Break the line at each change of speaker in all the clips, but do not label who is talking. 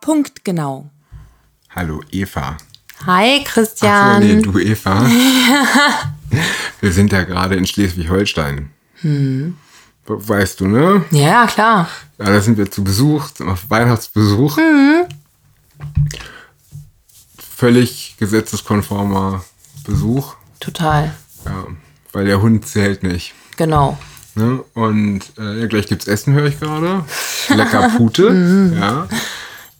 Punktgenau.
Hallo Eva.
Hi
Ach
Christian.
so, nee, du Eva. Wir sind ja gerade in Schleswig-Holstein. We- Weißt du, ne?
Ja, klar.
Ja, da sind wir zu Besuch, auf Weihnachtsbesuch. Hm. Völlig gesetzeskonformer Besuch.
Total.
Ja, weil der Hund zählt nicht.
Genau.
Ne? Und äh, ja, gleich gibt's Essen, höre ich gerade. Lecker Pute. ja.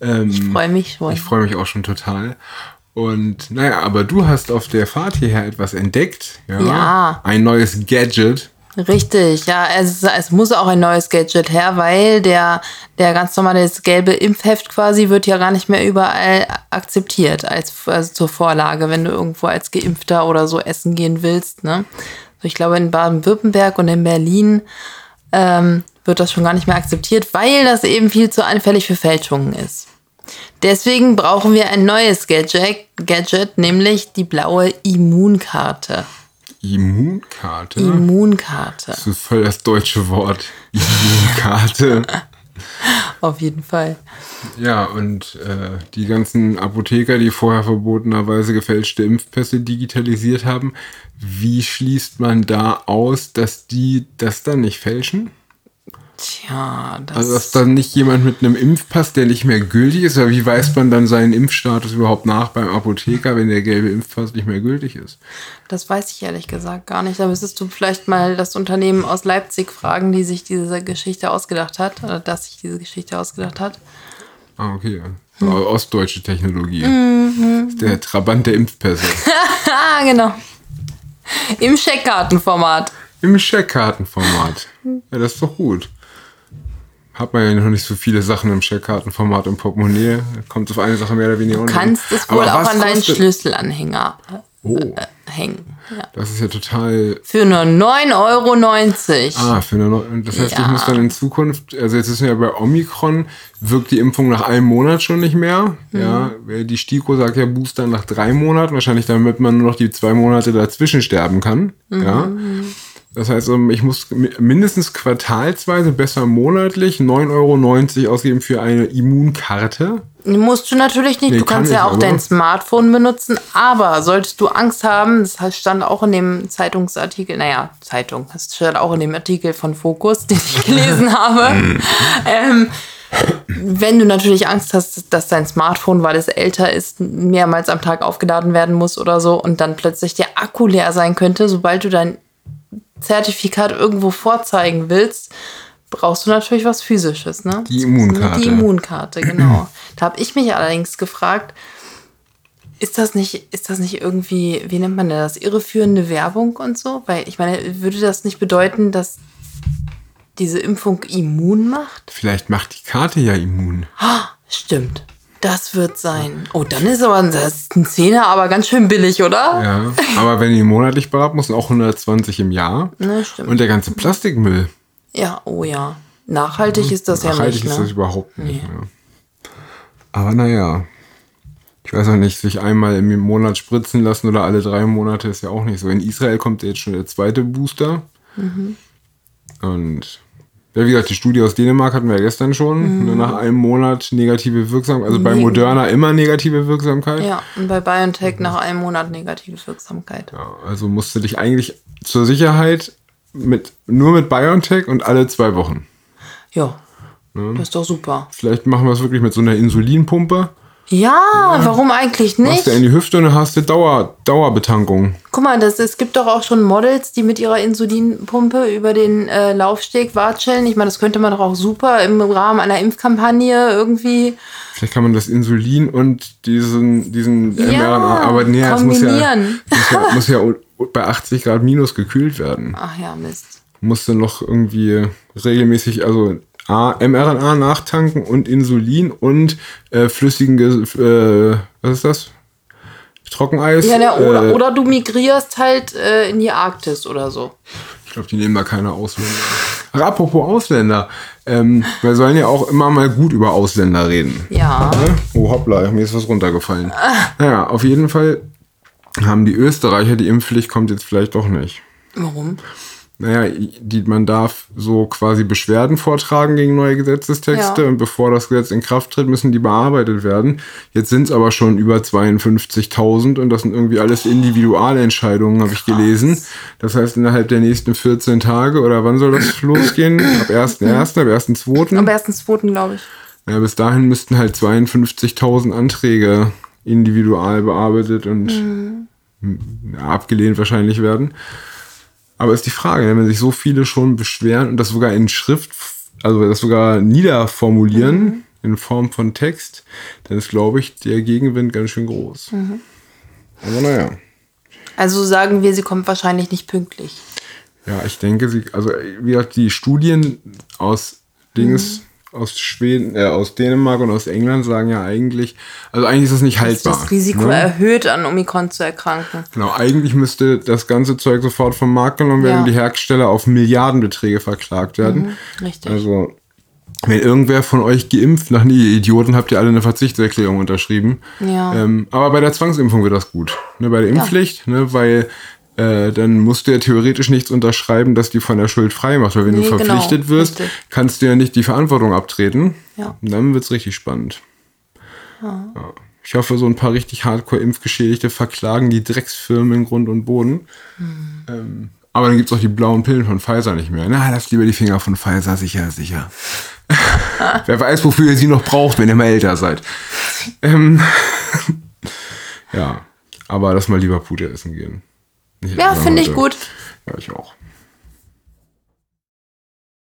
Ähm,
Freue mich schon.
ich freue mich auch schon total. Und naja, aber du hast auf der Fahrt hierher etwas entdeckt. Ja.
Ja.
Ein neues Gadget.
Richtig, ja, es, es muss auch ein neues Gadget her, weil der, der ganz normale das gelbe Impfheft quasi wird ja gar nicht mehr überall akzeptiert als, also zur Vorlage, wenn du irgendwo als Geimpfter oder so essen gehen willst. Ne? Also ich glaube, in Baden-Württemberg und in Berlin ähm, wird das schon gar nicht mehr akzeptiert, weil das eben viel zu anfällig für Fälschungen ist. Deswegen brauchen wir ein neues Gadget, Gadget nämlich die blaue Immunkarte.
Immunkarte.
Immunkarte.
das ist voll das deutsche Wort. Immunkarte.
Auf jeden Fall.
ja, und äh, die ganzen Apotheker, die vorher verbotenerweise gefälschte Impfpässe digitalisiert haben, wie schließt man da aus, dass die das dann nicht fälschen?
Tja, das,
Also, dass dann nicht jemand mit einem Impfpass, der nicht mehr gültig ist, aber wie weiß man dann seinen Impfstatus überhaupt nach beim Apotheker, wenn der gelbe Impfpass nicht mehr gültig ist?
das weiß ich ehrlich gesagt gar nicht. Da müsstest du vielleicht mal das Unternehmen aus Leipzig fragen, die sich diese Geschichte ausgedacht hat, oder das sich diese Geschichte ausgedacht hat.
Ah, okay.
Hm.
So, Ostdeutsche Technologie.
Mhm.
Das ist der Trabant der Impfpässe.
Ah, genau. Im Scheckkartenformat.
Im Scheckkartenformat. Ja, das ist doch gut. Hat man ja noch nicht so viele Sachen im Scheckkartenformat im Portemonnaie. Kommt auf eine Sache mehr oder weniger
Du
unten.
kannst es
Aber
wohl auch
was
an deinen
kostet-
Schlüsselanhänger
Oh,
äh, hängen. Ja.
das ist ja total
Für nur 9,90 Euro.
Ah, für eine neue. Das heißt, ich
Ja.
muss dann in Zukunft, also jetzt ist ja bei Omikron, wirkt die Impfung nach einem Monat schon nicht mehr. Ja,
Mhm.
die STIKO sagt ja Booster nach drei Monaten, wahrscheinlich damit man nur noch die zwei Monate dazwischen sterben kann.
Mhm.
Ja. Das heißt, ähm, ich muss mi- mindestens quartalsweise, besser monatlich 9,90 Euro ausgeben für eine Immunkarte.
Musst du natürlich nicht.
Nee,
du
kann
kannst
ich,
ja auch
aber-
dein Smartphone benutzen. Aber solltest du Angst haben, das heißt, stand auch in dem Zeitungsartikel, naja, Zeitung, das stand auch in dem Artikel von Fokus, den ich gelesen
Mhm.
habe. ähm, wenn du natürlich Angst hast, dass dein Smartphone, weil es älter ist, mehrmals am Tag aufgeladen werden muss oder so und dann plötzlich der Akku leer sein könnte, sobald du dein Zertifikat irgendwo vorzeigen willst, brauchst du natürlich was Physisches, ne?
Die Immunkarte.
Die Immunkarte, genau. Da habe ich mich allerdings gefragt, ist das nicht, ist das nicht irgendwie, wie nennt man das, irreführende Werbung und so? Weil ich meine, würde das nicht bedeuten, dass diese Impfung immun macht?
Vielleicht macht die Karte ja immun.
Ah, Stimmt. Das wird sein. Oh, dann ist aber das ist ein Zehner, aber ganz schön billig, oder?
Ja. Aber wenn die monatlich bereit muss, auch 120 im Jahr.
Na, stimmt.
Und der ganze Plastikmüll.
Ja, oh ja. Nachhaltig ist das ja
Mhm. Nachhaltig
nicht,
ist das
ne?
überhaupt nicht. Ja. Aber naja, ich weiß auch nicht, sich einmal im Monat spritzen lassen oder alle drei Monate ist ja auch nicht so. In Israel kommt ja jetzt schon der zweite Booster.
Mhm.
Und ja, wie gesagt, die Studie aus Dänemark hatten wir ja gestern schon.
Mhm.
Nur nach einem Monat negative Wirksamkeit. Also bei
Neg-
Moderna immer negative Wirksamkeit.
Ja, und bei BioNTech nach einem Monat negative Wirksamkeit.
Ja, also musst du dich eigentlich zur Sicherheit mit, nur mit BioNTech und alle zwei Wochen.
Ja.
Ne?
Das ist doch super.
Vielleicht machen wir es wirklich mit so einer Insulinpumpe.
Ja, warum eigentlich
Machst
nicht?
du in die Hüfte und dann hast du Dauer, Dauerbetankung.
Guck mal, das, es gibt doch auch schon Models, die mit ihrer Insulinpumpe über den äh, Laufsteg watscheln. Ich meine, das könnte man doch auch super im Rahmen einer Impfkampagne irgendwie
Vielleicht kann man das Insulin und diesen, diesen
Ja,
mRNA, aber nee, das muss ja,
kombinieren.
muss ja, muss ja un- bei 80 Grad minus gekühlt werden.
Ach ja, Mist.
Musst du noch irgendwie regelmäßig, also A, mRNA nachtanken und Insulin und äh, flüssigen, Ges- äh, was ist das? Trockeneis?
Ja, ne, oder,
äh,
oder du migrierst halt äh, in die Arktis oder so.
Ich glaube, die nehmen da keine Ausländer. Ach, apropos Ausländer. Ähm, wir sollen ja auch immer mal gut über Ausländer reden.
Ja.
Ne? Oh, hoppla, mir ist was runtergefallen. Naja, auf jeden Fall haben die Österreicher die Impfpflicht, kommt jetzt vielleicht doch nicht.
Warum?
naja, die, man darf so quasi Beschwerden vortragen gegen neue Gesetzestexte
Ja.
und bevor das Gesetz in Kraft tritt, müssen die bearbeitet werden. Jetzt sind es aber schon über 52.000 und das sind irgendwie alles Individualentscheidungen, habe ich gelesen. Das heißt, innerhalb der nächsten 14 Tage oder wann soll das losgehen? Ab 1.1., ab 1.2.?
Am ersten, zweiten, glaube ich.
Ja, bis dahin müssten halt 52.000 Anträge individual bearbeitet und ja, abgelehnt wahrscheinlich werden. Aber ist die Frage, wenn sich so viele schon beschweren und das sogar in Schrift, also das sogar niederformulieren in Form von Text, dann ist, glaube ich, der Gegenwind ganz schön groß. Aber naja.
Also sagen wir, sie kommt wahrscheinlich nicht pünktlich.
Ja, ich denke, sie, also wie gesagt, die Studien aus Dings,
Mhm.
aus Schweden, äh, aus Dänemark und aus England sagen ja eigentlich, also eigentlich ist das nicht Hm?
Ist
haltbar. ne?
das Risiko erhöht, an Omikron zu erkranken.
Genau, eigentlich müsste das ganze Zeug sofort vom Markt genommen werden
Ja. Mhm.
und die Hersteller auf Milliardenbeträge verklagt werden.
Richtig.
Also, wenn irgendwer von euch geimpft, nach nie, ihr Idioten, habt ihr alle eine Verzichtserklärung unterschrieben.
Ja.
Ähm, aber bei der Zwangsimpfung wird das gut. Ne, bei der Impfpflicht, ne, weil äh, dann musst du ja theoretisch nichts unterschreiben, dass die von der Schuld frei macht. Weil wenn
Nee,
du
genau,
verpflichtet wirst,
richtig.
kannst du ja nicht die Verantwortung abtreten.
Ja. Ah.
Und dann wird's richtig spannend. Ja. Ich hoffe, so ein paar richtig Hardcore-Impfgeschädigte verklagen die Drecksfirmen in Grund und Boden.
Hm.
Ähm, aber dann gibt's auch die blauen Pillen von Pfizer nicht mehr. Na, lasst lieber die Finger von Pfizer, sicher, sicher. Wer weiß, wofür ihr sie noch braucht, wenn ihr mal älter seid. Ähm, ja, aber lass mal lieber Pute essen gehen. Nicht
Ja,
langsam
finde ich gut.
heute. Ja, ich auch.